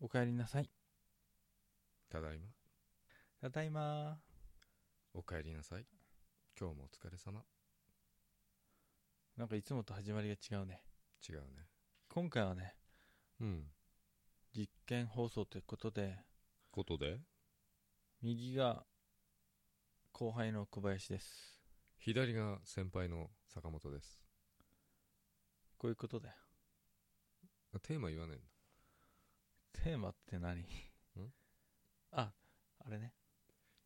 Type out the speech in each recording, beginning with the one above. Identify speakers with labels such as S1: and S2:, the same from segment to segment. S1: おかえりなさい
S2: ただいま
S1: ただいま
S2: おかえりなさい今日もお疲れ様
S1: なんかいつもと始まりが違うね
S2: 違うね
S1: 今回はね
S2: うん
S1: 実験放送ということで
S2: ことで
S1: 右が後輩の小林です
S2: 左が先輩の坂本です
S1: こういうことだよ
S2: あテーマ言わねえんだ
S1: テーマって何ああれね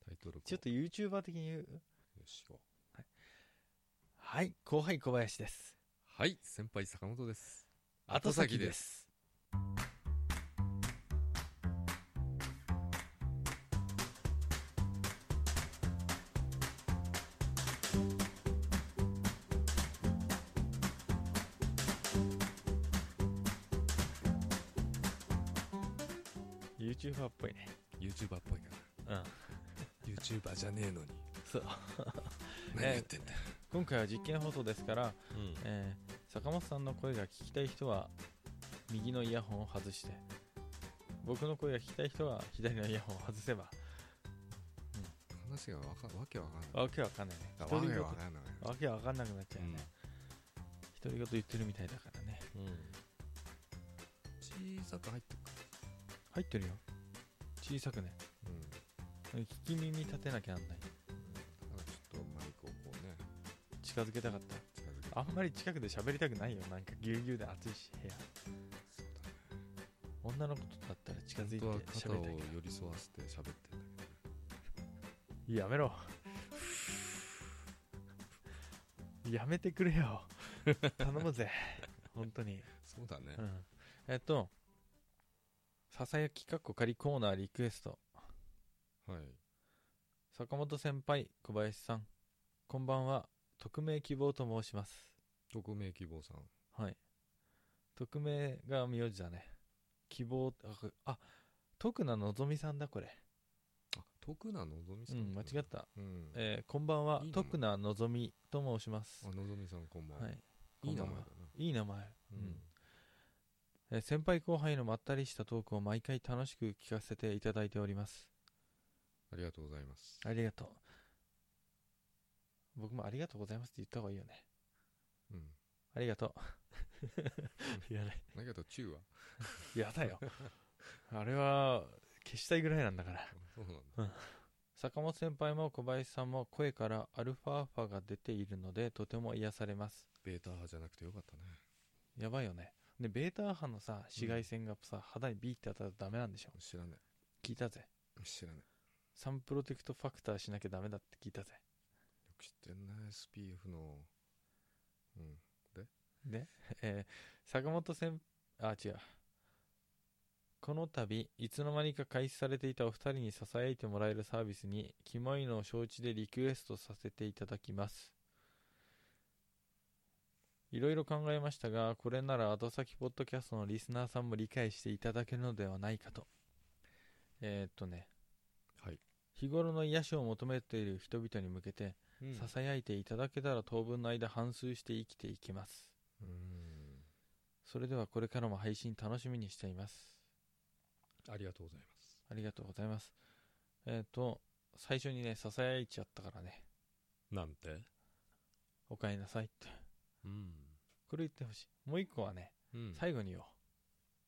S2: タイトルコール
S1: ちょっと YouTuber 的に言う
S2: よしよ
S1: はい後輩小林です
S2: うはい先輩坂本です
S1: 後先ですユーチューバーっぽいね
S2: YouTuber っぽいか
S1: うん
S2: な YouTuber じゃねえのに
S1: そう
S2: 何言ってんだよ、
S1: 今回は実験放送ですから、
S2: うん
S1: えー坂本さんの声が聞きたい人は右のイヤホンを外して僕の声が聞きたい人は左のイヤホンを外せば
S2: 話がわかわけわかんない
S1: わけわかんないね
S2: あ
S1: 独
S2: わ
S1: り
S2: け
S1: 言
S2: わかんない
S1: わけわかんなくなっちゃうよね独り言言ってるみたいだからね
S2: うん、小さく入ってく
S1: 入ってるよ小さくね
S2: うん
S1: 聞き耳立てなきゃなんない
S2: だからちょっとマイクをこうね
S1: 近づけたかった
S2: 近づけて
S1: あんまり近くで喋りたくないよなんかぎゅうぎゅうで暑いし部屋
S2: そうだね
S1: 女の子とだったら近づいて
S2: 本
S1: 喋
S2: 当は
S1: り
S2: 肩
S1: た
S2: を
S1: い
S2: 寄
S1: け
S2: り添わせて喋ってんだけど
S1: どやめろやめてくれよ頼む ぜ本当に
S2: そうだね
S1: うんえっとささやきかっこ仮コーナーリクエスト
S2: はい
S1: 坂本先輩小林さんこんばんは匿名希望と申します
S2: 匿名希望さん
S1: はい匿名が名字だね希望あこれあ徳名のぞみさんだこれ
S2: あ徳名のぞみ
S1: う
S2: さん
S1: ん間違った、
S2: うん
S1: えーこんばんはい
S2: い名前
S1: 徳名のぞみと申します
S2: あのぞみさんこんばんは、、
S1: はいい
S2: い名
S1: こんば
S2: 前
S1: ん
S2: だ
S1: は
S2: な、
S1: いい名前、う
S2: う
S1: んんえー先輩後輩のまったりしたトークを毎回楽しく聞かせていただいております
S2: ありがとうございます
S1: ありがとう僕もありがとうございますって言った方がいいよね
S2: うん
S1: ありがとう いやね
S2: だけど中は
S1: やだよあれは消したいぐらいなんだから
S2: あそうなんだ
S1: 坂本先輩も小林さんも声からアルファーファが出ているのでとても癒されます
S2: ベータ派じゃなくてよかったね
S1: やばいよねでベータ波のさ紫外線がさ、肌にビーって当たるとダメなんでしょ
S2: 知らね
S1: 聞いたぜ
S2: え知らねえよ
S1: サンプロテクトファクターしなきゃダメだって聞いたぜ
S2: く知ってんな SPF のうん
S1: で、 えー坂本先あ違うこの度いつの間にか開始されていたお二人に支えてもらえるサービスにキモいのを承知でリクエストさせていただきますいろいろ考えましたがこれなら後先ポッドキャストのリスナーさんも理解していただけるのではないかとえーっとね
S2: はい、
S1: 日頃の癒しを求めている人々に向けてささやいていただけたら当分の間反芻して生きていきます
S2: うん
S1: それではこれからも配信楽しみにしています。
S2: ありがとうございます
S1: ありがとうございます。えっ、と、最初にね、ささやいちゃったからね、
S2: なんて
S1: おかえりなさいって。
S2: うん
S1: これ言ってほしい。もう一個はね、
S2: うん
S1: 最後によ、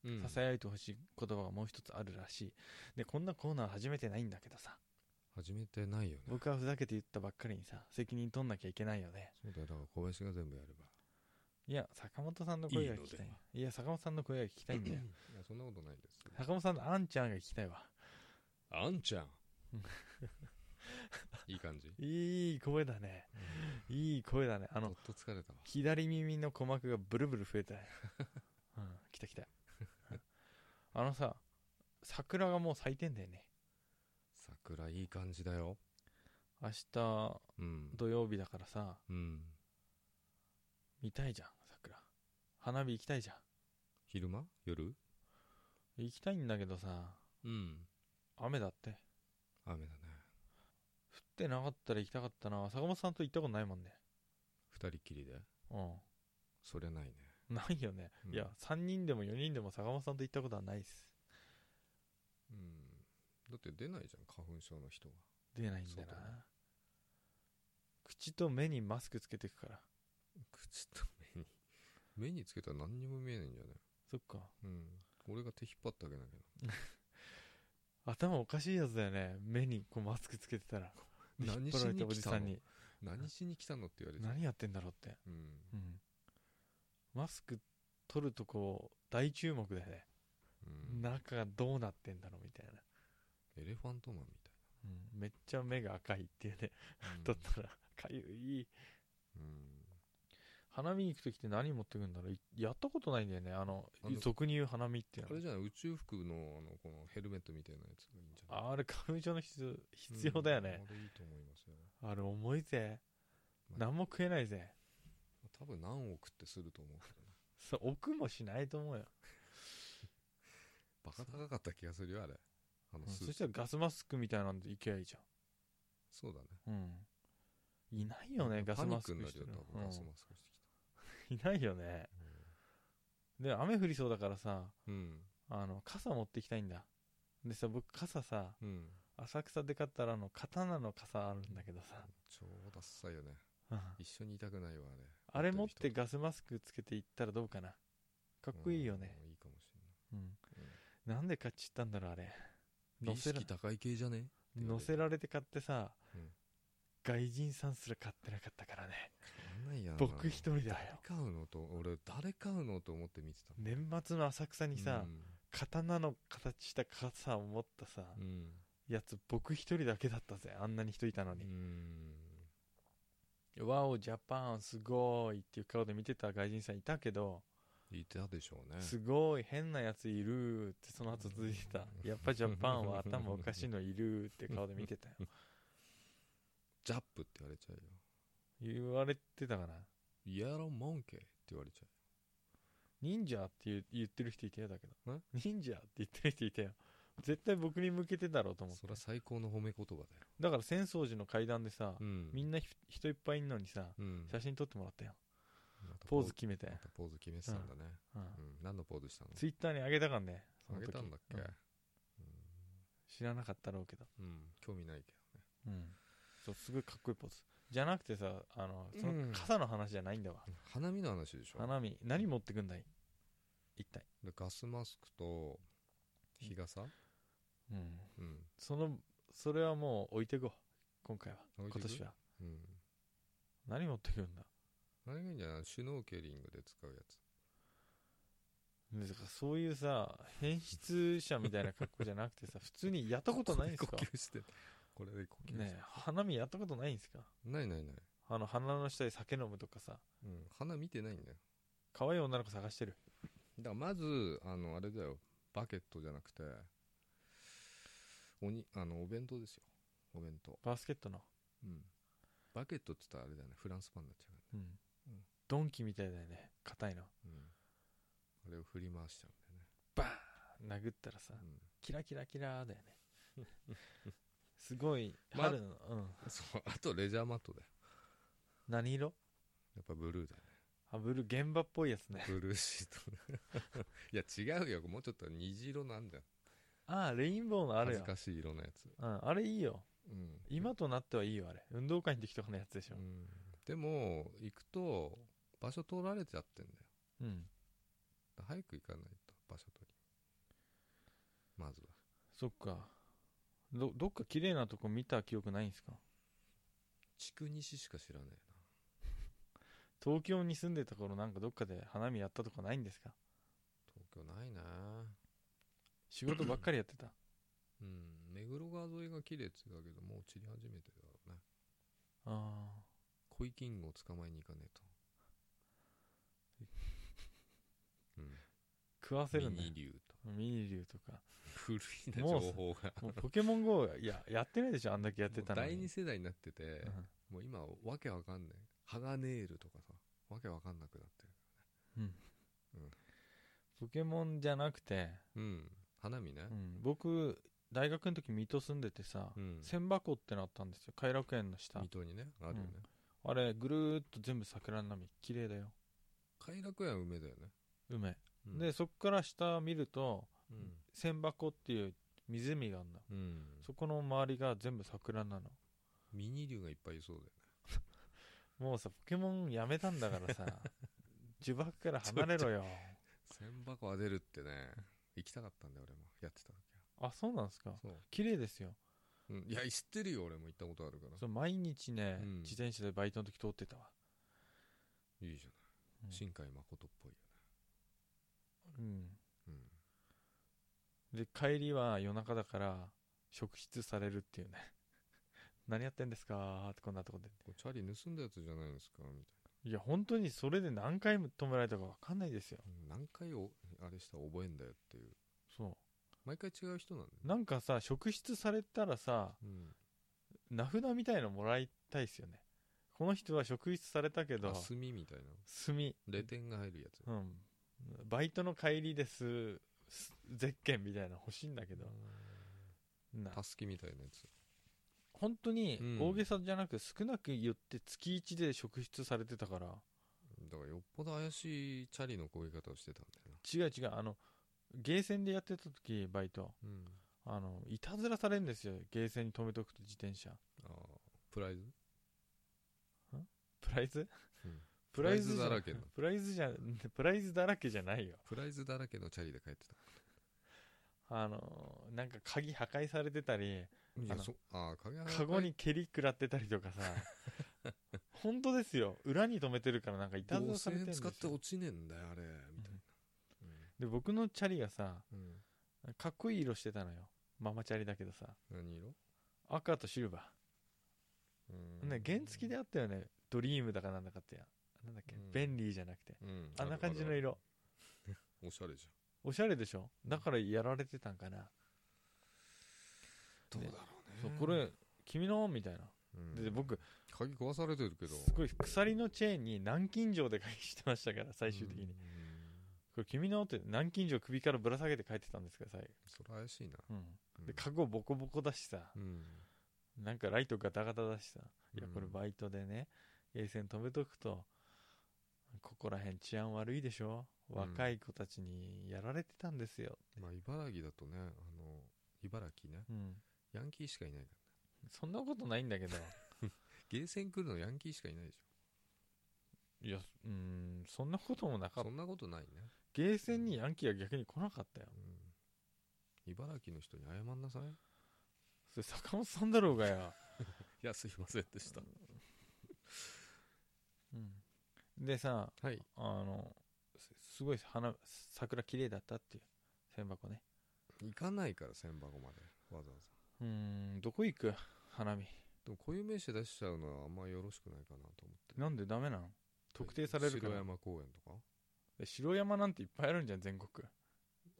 S2: うん
S1: ささやいてほしい言葉がもう一つあるらしい。で、こんなコーナー初めてないんだけどさ、
S2: 始めてないよね
S1: 僕はふざけて言ったばっかりにさ、責任取んなきゃいけないよね。
S2: そうだよだから小林が全部やれば
S1: いや、坂本さんの声が聞きたい。
S2: いいの
S1: いや、坂本さんの声が聞きたいんだよ。
S2: いやそんなことないです
S1: 坂本さんのあんちゃんが聞きたいわ。
S2: あん ちゃん
S1: うん
S2: いい感じ
S1: いい声だね。いい声だね。あ
S2: ち
S1: の
S2: ょっ、と疲れたわ
S1: 左耳の鼓膜がブルブル増えた、うん、来た来たうんあのさ桜がもう咲いてんだよね
S2: 桜いい感じだよ
S1: 明日
S2: うん
S1: 土曜日だからさ
S2: うん
S1: 見たいじゃん桜花火行きたいじゃ
S2: 昼間夜
S1: ん行きたいんだけどさ
S2: うん
S1: 雨だって降
S2: 雨だね
S1: ってなかったら行きたかったな坂本さんと行ったことないもんね
S2: 二人きりで
S1: う
S2: それないね
S1: んないよね、
S2: うん
S1: いや3人でも4人でも坂本さんと行ったことはないっす
S2: だって出ないじゃん花粉症の人は
S1: 出ないんだよ
S2: そうだね
S1: な口と目にマスクつけていくから
S2: 口と目に目につけたら何にも見えないんじゃない
S1: そっか
S2: うん俺が手引っ張ったわけだけ
S1: 頭おかしいやつだよね目にこうマスクつけてたら
S2: ど何
S1: 引っ
S2: し
S1: 張られ
S2: に
S1: たおじ
S2: 来
S1: さ
S2: た
S1: ん
S2: の
S1: に
S2: 何しに来たのって言われて
S1: 何やってんだろうって、
S2: うん
S1: うん、マスク取るとこ大注目だよね、
S2: うん
S1: 中がどうなってんだろうみたいな、
S2: エレファントマンみたい
S1: うん、めっちゃ目が赤いっていうね
S2: な、 うん
S1: 取ったらかゆい
S2: うん
S1: 花見に行く時って何持ってくんだろういやったことないんだよねあの
S2: あの
S1: 俗に言う花見っていう
S2: あれ
S1: の
S2: じゃない宇宙服のあのこのヘルメットみたいなやつがいいんじゃない
S1: あれ花粉症の必必要だよね、
S2: うんあれいいと思いますよ
S1: あれ重いぜ
S2: まあ
S1: 何も食えないぜ
S2: 多分何億ってすると思うけ どな
S1: そう奥もしないと思うよ
S2: バカ高かった気がするよあれあの
S1: うん
S2: ス
S1: そ
S2: ー
S1: し
S2: ツ
S1: たらガスマスクみたいなんでいけばいいじ
S2: そうだね
S1: ゃん、うん、いないよねガス
S2: パニ
S1: マ
S2: ッ
S1: ス
S2: クに
S1: ク
S2: な
S1: して
S2: るよ
S1: るの
S2: 多分ガスマスクしてき
S1: うんいないよね
S2: た
S1: で雨降りそうだからさ
S2: うん
S1: あの傘持ってきたいんだでさ僕傘さ
S2: うん
S1: 浅草で買ったらあの刀の傘あるんだけどさ、
S2: 超ダッサいよね
S1: うん
S2: 一緒にいたくないわあれ
S1: あれ持ってガスマスクつけていったらどうかなかっこいいよね
S2: うんいいかもしれない
S1: うん、なんで買っちゃったんだろうあれ乗
S2: 意
S1: せら
S2: 識高い系じゃね
S1: 乗せられて買ってさ、
S2: うん
S1: 外人さんすら買ってなかったからね
S2: 買わないやん
S1: 僕一人だよ
S2: 誰買うのと俺誰買うのと思って見てたの
S1: 年末の浅草にさ、刀の形した傘を持ったさ、
S2: うんうん
S1: やつ僕一人だけだったぜあんなに人いたの
S2: う
S1: に
S2: ん
S1: 「ワオジャパンすごい」っていう顔で見てた外人さんいたけど
S2: いたでしょ
S1: 「
S2: うね
S1: すごい変なやついる」ってその後続いてた「やっぱジャパンは頭おかしいのいる」って顔で見てたよ
S2: ジャップって言われちゃう よ
S1: 言われてたかな
S2: イエローモンケーって言われちゃ
S1: 忍者って言う言ってる人いたよだけど
S2: ん
S1: 忍者って言ってる人いたよ絶対僕に向けてだろうと
S2: う
S1: 思っ
S2: そ
S1: て
S2: れは最高の褒め言葉だよ
S1: だから浅草寺の階段でさ、
S2: うん
S1: みんなひ人いっぱいいんのにさ
S2: うん
S1: 写真撮ってもらったよ
S2: また
S1: ポーズ決めて、
S2: またポーズ決めてたんだね
S1: うん
S2: うん何のポーズしたの
S1: ツイッターにあげたかんねそ
S2: あ
S1: の
S2: げ
S1: 時
S2: たんだっけ
S1: うん知らなかったろうけど、
S2: うん興味ないけどね
S1: そうすごいかっこいいポーズじゃなくてさあのそ
S2: う
S1: の
S2: ん
S1: 傘の話じゃないんだわ、
S2: 花見の話でしょ
S1: 花見何持ってくんだい一体、
S2: でガスマスクと日傘
S1: うん、
S2: うん
S1: そのそれはもう置いてこう今回は今
S2: 置いてく
S1: 年は
S2: うん
S1: 何持ってくんだ
S2: あれがいいんじゃないシュノーケリングで使うやつ
S1: だからそういうさ変質者みたいな格好じゃなく てさ普通にやったことないんですか
S2: これで呼吸してこれで呼吸して
S1: ねえ花見やったことないんですか
S2: ないないない
S1: あの鼻の下で酒飲むとかさ
S2: うん花見てないんだよ
S1: 可愛い女の子探してる
S2: だからまずあのあれだよバケットじゃなくておにあのお弁当ですよお弁当
S1: バスケットの、
S2: うんバケットって言ったらあれだよねフランスパンになっちゃうか
S1: うん
S2: うん
S1: ドンキみたいだよね硬いの
S2: らねうんあれを振り回しちゃうん
S1: 殴ったらさ
S2: だよね、
S1: キラキラキラーだよね すごい
S2: ま
S1: 春の、うん
S2: うん、そうあとレジャーマットだよ
S1: 何色
S2: やっぱブルーだよね
S1: あブルー現場っぽいやつね
S2: ブルーシート いや違うよもうちょっと虹色なんだよ
S1: ああレインボーのある
S2: 恥
S1: や
S2: ずかしい色のやつ、
S1: うん、あれいいよ
S2: うん、
S1: 今となってはいいよあれ運動会の時とかのやつでしょ
S2: うんでも行くと場所取られちゃってんだよ
S1: うん
S2: だ早く行かないと場所取りまずは
S1: そっかどどっか綺麗なとこ見た記憶ないんすか
S2: 築西しか知らないな
S1: 東京に住んでた頃なんかどっかで花見やったとかないんですか
S2: 東京ないな
S1: 仕事ばっかりやってた
S2: うん目黒川沿いが綺麗っつうだけどもう散り始めてるだろうね
S1: ああ
S2: 恋金魚を捕まえに行かね えとうん
S1: 食わせるんだ
S2: ミ
S1: よ
S2: ニ竜と
S1: ミニ竜とか
S2: 古いな
S1: もう
S2: 情報が
S1: もうポケモン GO いややってないでしょあんだけやってた
S2: も
S1: の
S2: う第
S1: に
S2: 二世代になってて、
S1: うん
S2: もう今わけわかんないハガネールとかさわけわかんなくなってる
S1: ポケモンじゃなくて、
S2: うん花見ね
S1: うん、僕大学の時水戸住んでてさ、
S2: うん
S1: 千箱ってなったんですよ偕楽園の下
S2: 水戸にねあるよね、
S1: あれぐるーっと全部桜の波綺麗だよ
S2: 偕楽園は梅だよね、
S1: 梅、
S2: うん
S1: でそっから下見ると
S2: うん
S1: 千箱っていう湖があんだ
S2: うん
S1: そこの周りが全部桜なの
S2: ミニ竜がいっぱいいそうだよね
S1: もうさポケモンやめたんだから さ呪縛から離れろよ
S2: 千箱は出るってね行きたかったんだよ俺もやってた時
S1: あそうなんですか
S2: はそ
S1: 綺麗ですよ
S2: う、うん、いや知ってるよ俺も行ったことあるから
S1: そう毎日ね、
S2: うん
S1: 自転車でバイトの時通ってたわ、
S2: いいじゃ
S1: う
S2: なんい新海誠っぽいよ
S1: うん、
S2: ねうん
S1: で帰りは夜中だから職質されるっていうね 何やってんですかーってこんなとこで
S2: これチャリ盗んだやつじゃないんですかみたい
S1: いや本当にそれで何回も止められたか分かんないですよ
S2: なうん何回おあれしたら覚えんだよっていう
S1: そ
S2: 毎回違う人なんだよ
S1: う
S2: ね
S1: なんかさ職質されたらさ
S2: うん
S1: 名札みたいのもらいたいっすよねこの人は職質されたけど
S2: あ炭みたいな
S1: 墨
S2: レテンが入るやつ
S1: うんバイトの帰りですすゼッケンみたいなの欲しいんだけどな
S2: たすきみたいなやつ
S1: 本当に
S2: うん
S1: 大げさじゃなく少なく言って月1で職質されてたから
S2: だからよっぽど怪しいチャリの攻撃方をしてたんだよ
S1: 違う違うあのゲーセンでやってた時バイト
S2: なうん
S1: あのいたずらされるんですよゲーセンに止めとくと自転車
S2: ああプライズ
S1: プライズ、
S2: うん
S1: プライズじゃ
S2: プライズだらけの
S1: プライズじゃプライズだらけじゃないよ
S2: プライズだらけのチャリで帰ってた
S1: あのなんか鍵破壊されてたり
S2: い
S1: あ
S2: や
S1: の
S2: そああ影原
S1: カゴに蹴り食らってたりとかさ本当ですよ裏に止めてるからなんかいたずらされてるんで
S2: 5000円
S1: す
S2: 使って
S1: よ
S2: 落ちねえんだよあれみたいな
S1: で僕のチャリがさ
S2: うん、うん
S1: かっこいい色してたのよママチャリだけどさ
S2: 何色
S1: 赤とシルバ
S2: う
S1: ー、ね、原付であったよねドリームだかなんだかってやなんだっけ、
S2: うん
S1: ベンリーじゃなくて
S2: うん
S1: あんな感じの
S2: る
S1: 色
S2: あるおしゃれじ
S1: おしゃれでしょだからやられてたんかな、
S2: ゃん
S1: で
S2: どうだろうね
S1: そうこれ君のみたいな、
S2: うん
S1: で僕
S2: 鍵壊されてるけど
S1: すごい鎖のチェーンに南京錠で返してましたから最終的に、
S2: う
S1: こ
S2: ん
S1: れ君のって南京錠首からぶら下げて帰ってたんですけど最後
S2: それ怪しいな
S1: うん、でカゴボコボコだしさ
S2: うん
S1: なんかライトガタガタだしさいや
S2: うん
S1: これバイトでね衛線止めとくとここら辺治安悪いでしょ
S2: うん
S1: 若い子たちにやられてたんですよ、
S2: まあ茨城だとねあの茨城ね
S1: うん、
S2: ヤンキーしかいないから
S1: そんなことないんだけど
S2: ゲーセン来るのヤンキーしかいないでし
S1: いやうんそんなこともなか
S2: ょ
S1: っ
S2: そ
S1: た
S2: んなことないね
S1: ゲーセンにヤンキーは逆に来なかったよ
S2: うん茨城の人に謝んなさいい
S1: それ坂本さんだろうが よ、
S2: やすいませんでした
S1: うん、でさ
S2: はい
S1: あのすすごい花桜綺麗だったっていう千箱ね
S2: 行かないから千箱までわざわ
S1: う
S2: ざ
S1: んどこ行く花見
S2: でも固有名詞出しちゃうのはあんまよろしくないかなと思って
S1: なんでダメなの特定されるから白
S2: 白山公園とか
S1: 山なんていっぱいあるんじゃん全国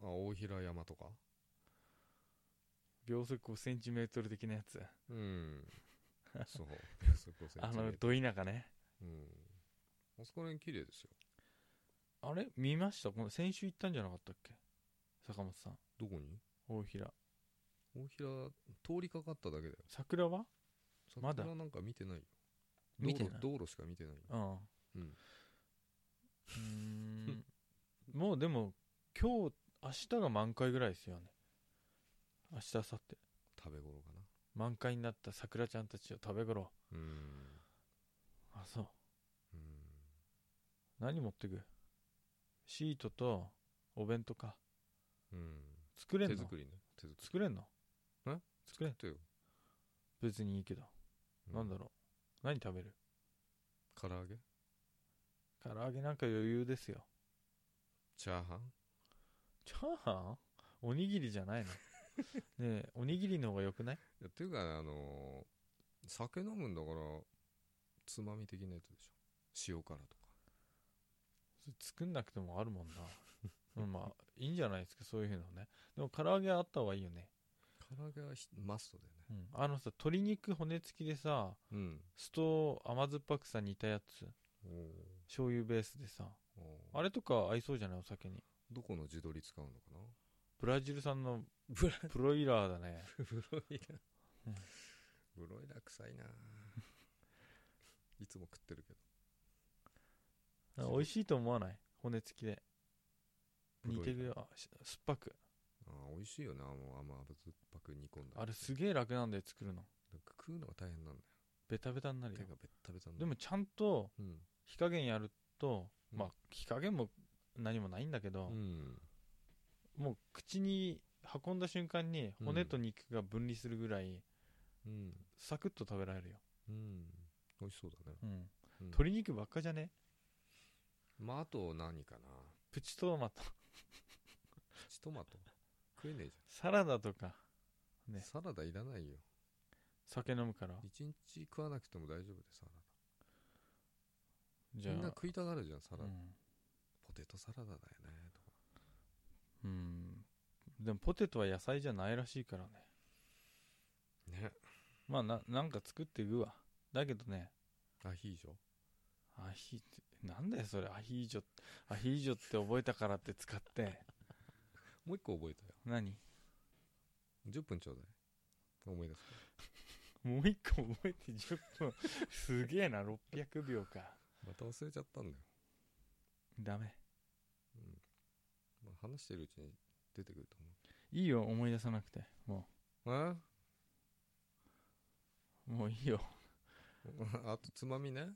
S2: あ大平山とか
S1: 秒速5センチメートル的なやつ
S2: うん そうそこ
S1: あの
S2: う
S1: ど田舎ね
S2: んあそこら辺綺麗ですよ
S1: あれ見ましたこの先週行ったんじゃなかったっけ坂本さん
S2: どこに
S1: 大平
S2: 大平通りかかっただけだよ
S1: 桜はまだ
S2: 桜なんか見てないよ
S1: 見てない
S2: 道路道路しか見てないよ
S1: うん
S2: うん
S1: うーん もうでも今日明日が満開ぐらいですよね明日明後日
S2: 食べ頃かな
S1: 満開になった桜ちゃんたちを食べ頃
S2: うん
S1: あそう
S2: うん
S1: 何持ってくシートとお弁当か
S2: うん
S1: 作れん
S2: 手
S1: の
S2: 作りね手作り
S1: 作れんの
S2: え
S1: 作れん
S2: 作ってよ
S1: 別にいいけど、なんだろう何食べる
S2: 唐揚げ
S1: 唐揚げなんか余裕ですよ
S2: チャーハン
S1: チャーハンおにぎりじゃ ないのねえおにぎりの方がよくない
S2: いやっていうかねあのー酒飲むんだからつまみ的なやつでしょ塩辛とか
S1: それ作んなくてもあるも んなうんまあいいんじゃないですかそういうのねでも唐揚げあった方がいいよね、
S2: 唐揚げはひマストだよね
S1: うん、あのさ鶏肉骨付きでさ
S2: うん
S1: 酢と甘酸っぱくさ煮たやつ
S2: お
S1: 醤油ベースでさ
S2: ーおー
S1: あれとか合いそうじゃないお酒に
S2: どこの地鶏使うのかな
S1: ブラジル産の
S2: ブラ
S1: プロイラーだね
S2: ブロイラー
S1: うん
S2: ブロイラー臭いないつも食ってるけど
S1: なんか美味しいと思わない骨付きで
S2: プロイ
S1: 似
S2: ラー
S1: てるよあし酸っぱく
S2: あー美味しいよねあの甘酸っぱく煮込んだ
S1: あれすげえ楽なんだよ作るの
S2: なんか食うのが大変なんだよ
S1: ベタベタになる
S2: 手
S1: よ
S2: がべったべたにな
S1: で
S2: る
S1: もちゃんと
S2: うん
S1: 火加減やると、
S2: うん
S1: まあ火加減も何もないんだけど
S2: う、ん
S1: もう口に運んだ瞬間に
S2: うん
S1: 骨と肉が分離するぐらい
S2: うん
S1: サクッと食べられるよ、
S2: うん美味しそうだね、
S1: うん
S2: うん
S1: 鶏肉ばっかじゃね
S2: まああと何かな
S1: プチトマト
S2: プチトマト食えねえじ
S1: サラダとか
S2: ゃん、
S1: ね
S2: サラダいらないよ
S1: 酒飲むから
S2: 一日食わなくても大丈夫でサラ
S1: じ
S2: ダ
S1: ゃあ
S2: みんな食いたがるじゃんサラダ、
S1: うん
S2: ポテトサラダだよねとか
S1: うんでもポテトは野菜じゃないらしいからね
S2: ね
S1: まあななんか作っていくわだけどね
S2: アヒージョ
S1: アヒなんだよそれアヒージョアヒージョって覚えたからって使って
S2: もう一個覚えたよ
S1: 何
S2: 10分ちょうだい思い出すか
S1: もう一個覚えて10分すげえな600秒から
S2: また忘れちゃったんだよ、
S1: ダメ
S2: うんまあ、話してるうちに出てくると
S1: いいよ思い出さなくても
S2: 思う
S1: うもういいよ
S2: えあと つまみね、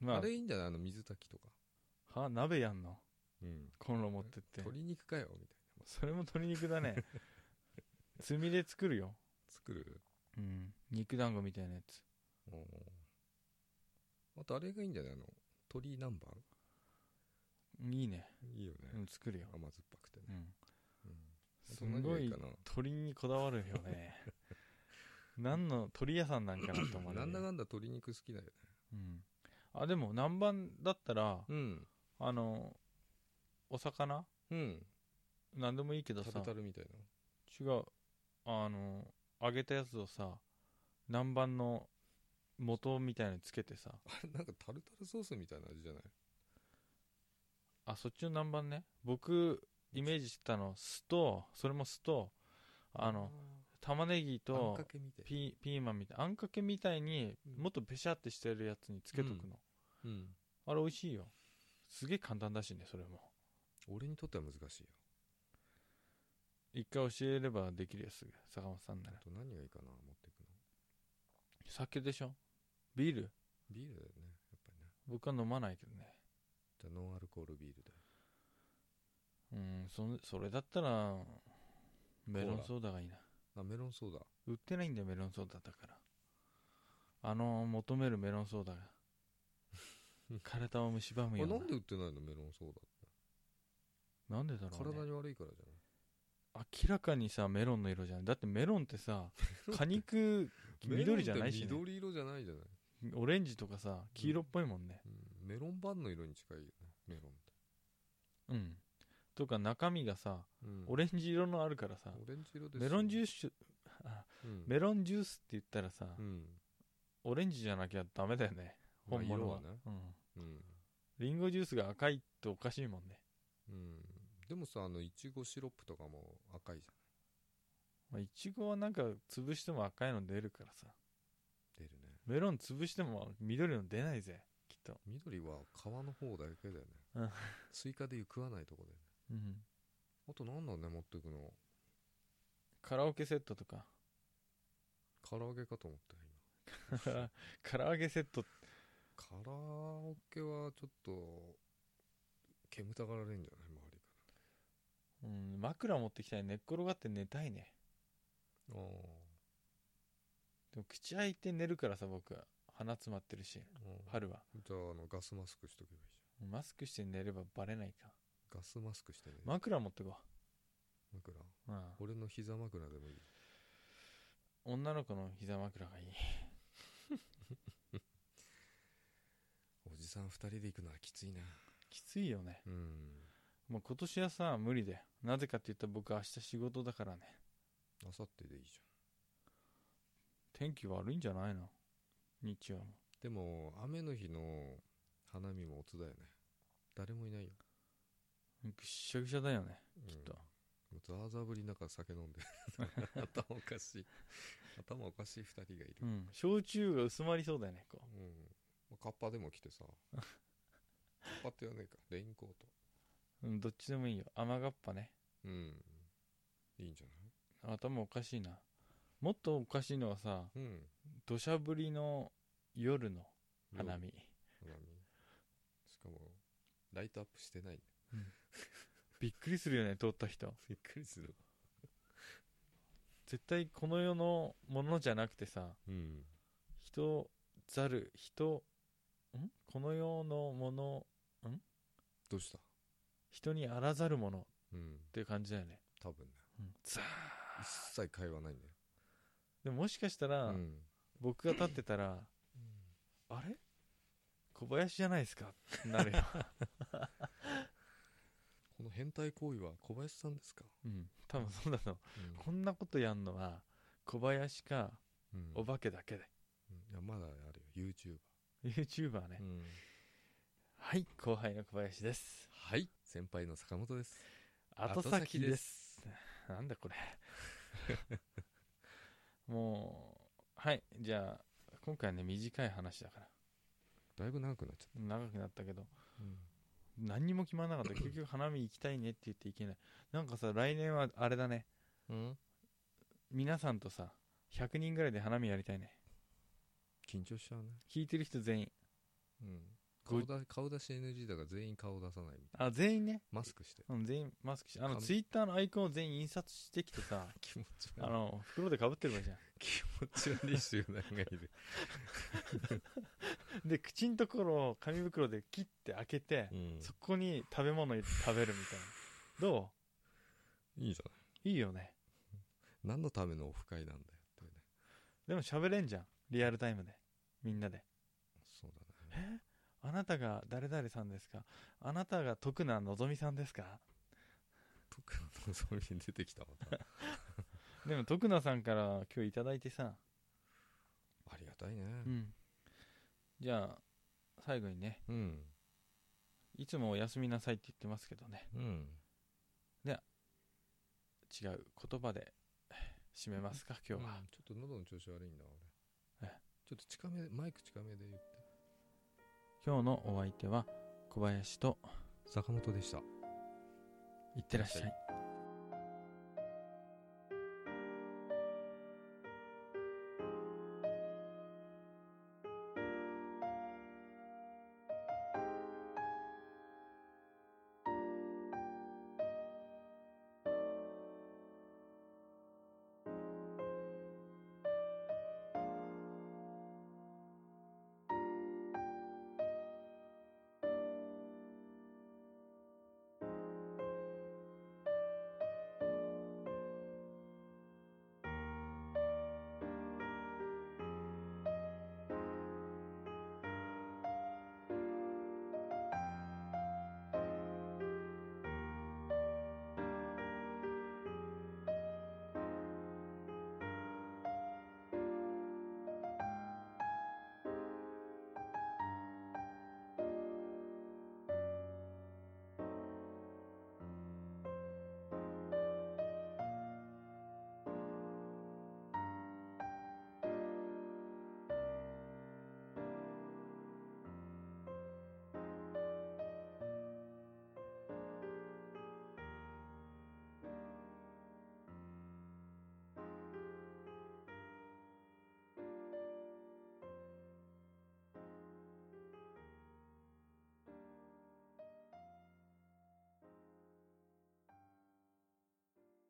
S1: まあ
S2: あれいいんじゃないあの水炊きとか、
S1: は鍋やんの
S2: うん、
S1: コンロ持ってって
S2: 鶏肉かよみたいな
S1: それも鶏肉だねつみで作るよ
S2: 作る
S1: うん肉団子みたいなやつ
S2: おーあとあれがいいんじゃないあの鶏南蛮
S1: いいね、
S2: いいよね、
S1: うん、作るよ、
S2: 甘酸っぱくてね、
S1: うん、
S2: うん
S1: す
S2: あと何
S1: ご
S2: が
S1: い
S2: かな
S1: 鳥にこだわるよね 何の鳥屋さんなんかなと思われ
S2: な
S1: る
S2: ん
S1: よ
S2: だかんだ鶏肉好きだよね
S1: うん、あでも南蛮だったら
S2: うん
S1: あのお魚
S2: うん
S1: 何でもいいけど
S2: タ
S1: さ
S2: ルタルみたいな
S1: 違 うあの揚げたやつをさ南蛮の元みたいのにつけてさ
S2: あれなんかタルタルソースみたいな味じゃない
S1: あそっちの南蛮ね僕イメージしてたの酢とそれも酢とあの玉ねぎ
S2: あん
S1: と
S2: かけみたいな
S1: ピピーマンみたいあんかけみたいに
S2: うん
S1: もっとペシャってしてるやつにつけとくの、
S2: うん
S1: あれ美味しいよすげえ簡単だしねそれも
S2: 俺にとっては難しいよ
S1: 一回教えればできるやつ坂本さんな
S2: あ
S1: ら
S2: と何がいいかな持っていくの
S1: 酒でしょビール
S2: ビールだよねやっぱりね
S1: 僕は飲まないけどね
S2: じゃあノンアルコールビールだよ
S1: うんそんそれだったらメロンソーダがいいな
S2: あメロンソーダ
S1: 売ってないんだよメロンソーダだからあの求めるメロン ソーダが体を蝕
S2: あ
S1: む
S2: な
S1: ようんな
S2: で売ってないのメロンソーダって
S1: なんでだろう、ね、
S2: 体に悪いからじゃない
S1: 明らかにさメロンの色じゃないだってメロンってさ果 肉緑じゃないし、
S2: メロンっ
S1: ね、
S2: て緑色じゃないじゃない、
S1: オレンジとかさ黄色っぽいもんね
S2: うん、メロンパンの色に近いよねメロンって、
S1: うん、とか中身がさ
S2: うん
S1: オレンジ色のあるからさ
S2: オレンジ色ですよ
S1: メロンジュースあ
S2: うん
S1: メロンジュースって言ったらさ、
S2: うん
S1: オレンジじゃなきゃダメだよね
S2: まあ
S1: 本物は,、
S2: 色はね
S1: うん
S2: うん
S1: リンゴジュースが赤いっておかしいもんね、
S2: うんでもさあのいちごシロップとかも赤いじ
S1: まあ、いちごはなんか潰しても赤いの出るからさ
S2: ゃん出るね
S1: メロン潰しても緑の出ないぜきっと
S2: 緑は皮の方だけだよね、
S1: うん
S2: スイカでいう食わないとこだよね
S1: うん
S2: あと何なんだね持ってくの
S1: カラオケセットとか
S2: 唐揚げかと思ったよ
S1: 唐揚げセット
S2: 今カラオケはちょっと煙たがられんじゃない周りか
S1: うん枕持ってきたい寝っ転がって寝たいね
S2: らあ
S1: でも口開いて寝るからさ僕は鼻詰まってるし
S2: あ
S1: 春は
S2: じゃああのガスマスクしとけばいいじ
S1: マスクして寝ればバレないか
S2: ゃんガスマスクしてね
S1: 枕持ってこ
S2: 枕
S1: う、
S2: 俺の膝枕でもいい
S1: うん、女の子の膝枕がいい
S2: おじさん2人で行くのはきついな
S1: きついよね
S2: うん
S1: もう今年はさ無理でなぜかって言ったら僕明日仕事だからね
S2: あさってでいいじ
S1: 天気悪いんじゃないの日曜も
S2: ゃんでも雨の日の花見もおつだよね誰もいないよ
S1: ぐっしゃぐしゃだよねきっと、
S2: うんもうザーザーぶりの中酒飲んで 頭おかしい頭おかしい2人がいる、
S1: う
S2: うん
S1: ん、焼酎が薄まりそうだよねこう
S2: まあカッパでも着てさカッパって言わねえかレインコート
S1: うん、どっちでもいいよ。雨がっぱね。
S2: うんいいねいんじゃ
S1: 頭おかしいなもっとおかしいのはさ
S2: ないうん
S1: 土砂降りの夜の花見、
S2: 花見しかもライトアップしてない
S1: びっくりするよね通った人
S2: びっくりする
S1: 絶対この世のものじゃなくてさ
S2: うん
S1: 人ざる人んこの世のもの
S2: どうした
S1: 人にあらざるものっ
S2: うん
S1: ていう感じだよね、
S2: 多分ね
S1: うん、ザー
S2: 一切会話ないね
S1: でももしかした
S2: う
S1: ら、
S2: ん
S1: 僕が立ってた ら「あれ小林じゃないですか?」ってな るよ、
S2: この変態行為は小林さんですか
S1: うん、多分そうだと思う
S2: うん
S1: こんなことやんのは小林か
S2: うん
S1: お化けだけで、
S2: うんいやまだあるよ YouTuber
S1: YouTuber ね、
S2: うん
S1: はい後輩の小林です
S2: はい先輩の坂本です
S1: 後
S2: 後
S1: 先
S2: 先
S1: で
S2: です
S1: なんだこれ もうはいじゃあ今回はね短い話だから
S2: だいぶ長くなっちゃっ
S1: 長くなったけど
S2: た
S1: 何にも決まらなか った結局花見行きたいねって言って行けないなんかさ来年はあれだね
S2: うん
S1: 皆さんとさ100人ぐらいで花見やりたいね
S2: 緊張しちゃうね
S1: 聞いてる人全員
S2: うん
S1: ご
S2: 顔だ顔出し NG だから全員顔出さないみたい
S1: あ全員ね
S2: マスクして
S1: うん、全員マスクしてあの
S2: かん
S1: ツイッターのアイコンを全員印刷してきてさ
S2: 気持ち
S1: あ
S2: 悪い
S1: の袋でかぶってればいいじゃ
S2: 気持ち悪い集団がいる
S1: んで口のところを紙袋で切って開けて、
S2: うん
S1: そこに食べ物入れて食べるみたいなど
S2: いいじゃないう
S1: いいよね
S2: 何のためのオフ会なんだよってね
S1: でも喋れんじゃんリアルタイムでみんなで
S2: そうだ ね
S1: えあなたが誰々さんですかあなたが徳名のぞみさんですか
S2: 特のぞみ出てきたまた
S1: でも徳名さんから今日いただいてさ、
S2: ありがたいね
S1: うん、じゃあ最後にね
S2: うん
S1: いつもおやすみなさいって言ってますけどね
S2: うん
S1: 違う言葉で締めますか今日は、
S2: うんちょっと喉の調子悪いんだ俺
S1: え
S2: ちょっと近めマイク近めで言って
S1: 今日のお相手は小林と
S2: 坂本でした
S1: いってらっしゃい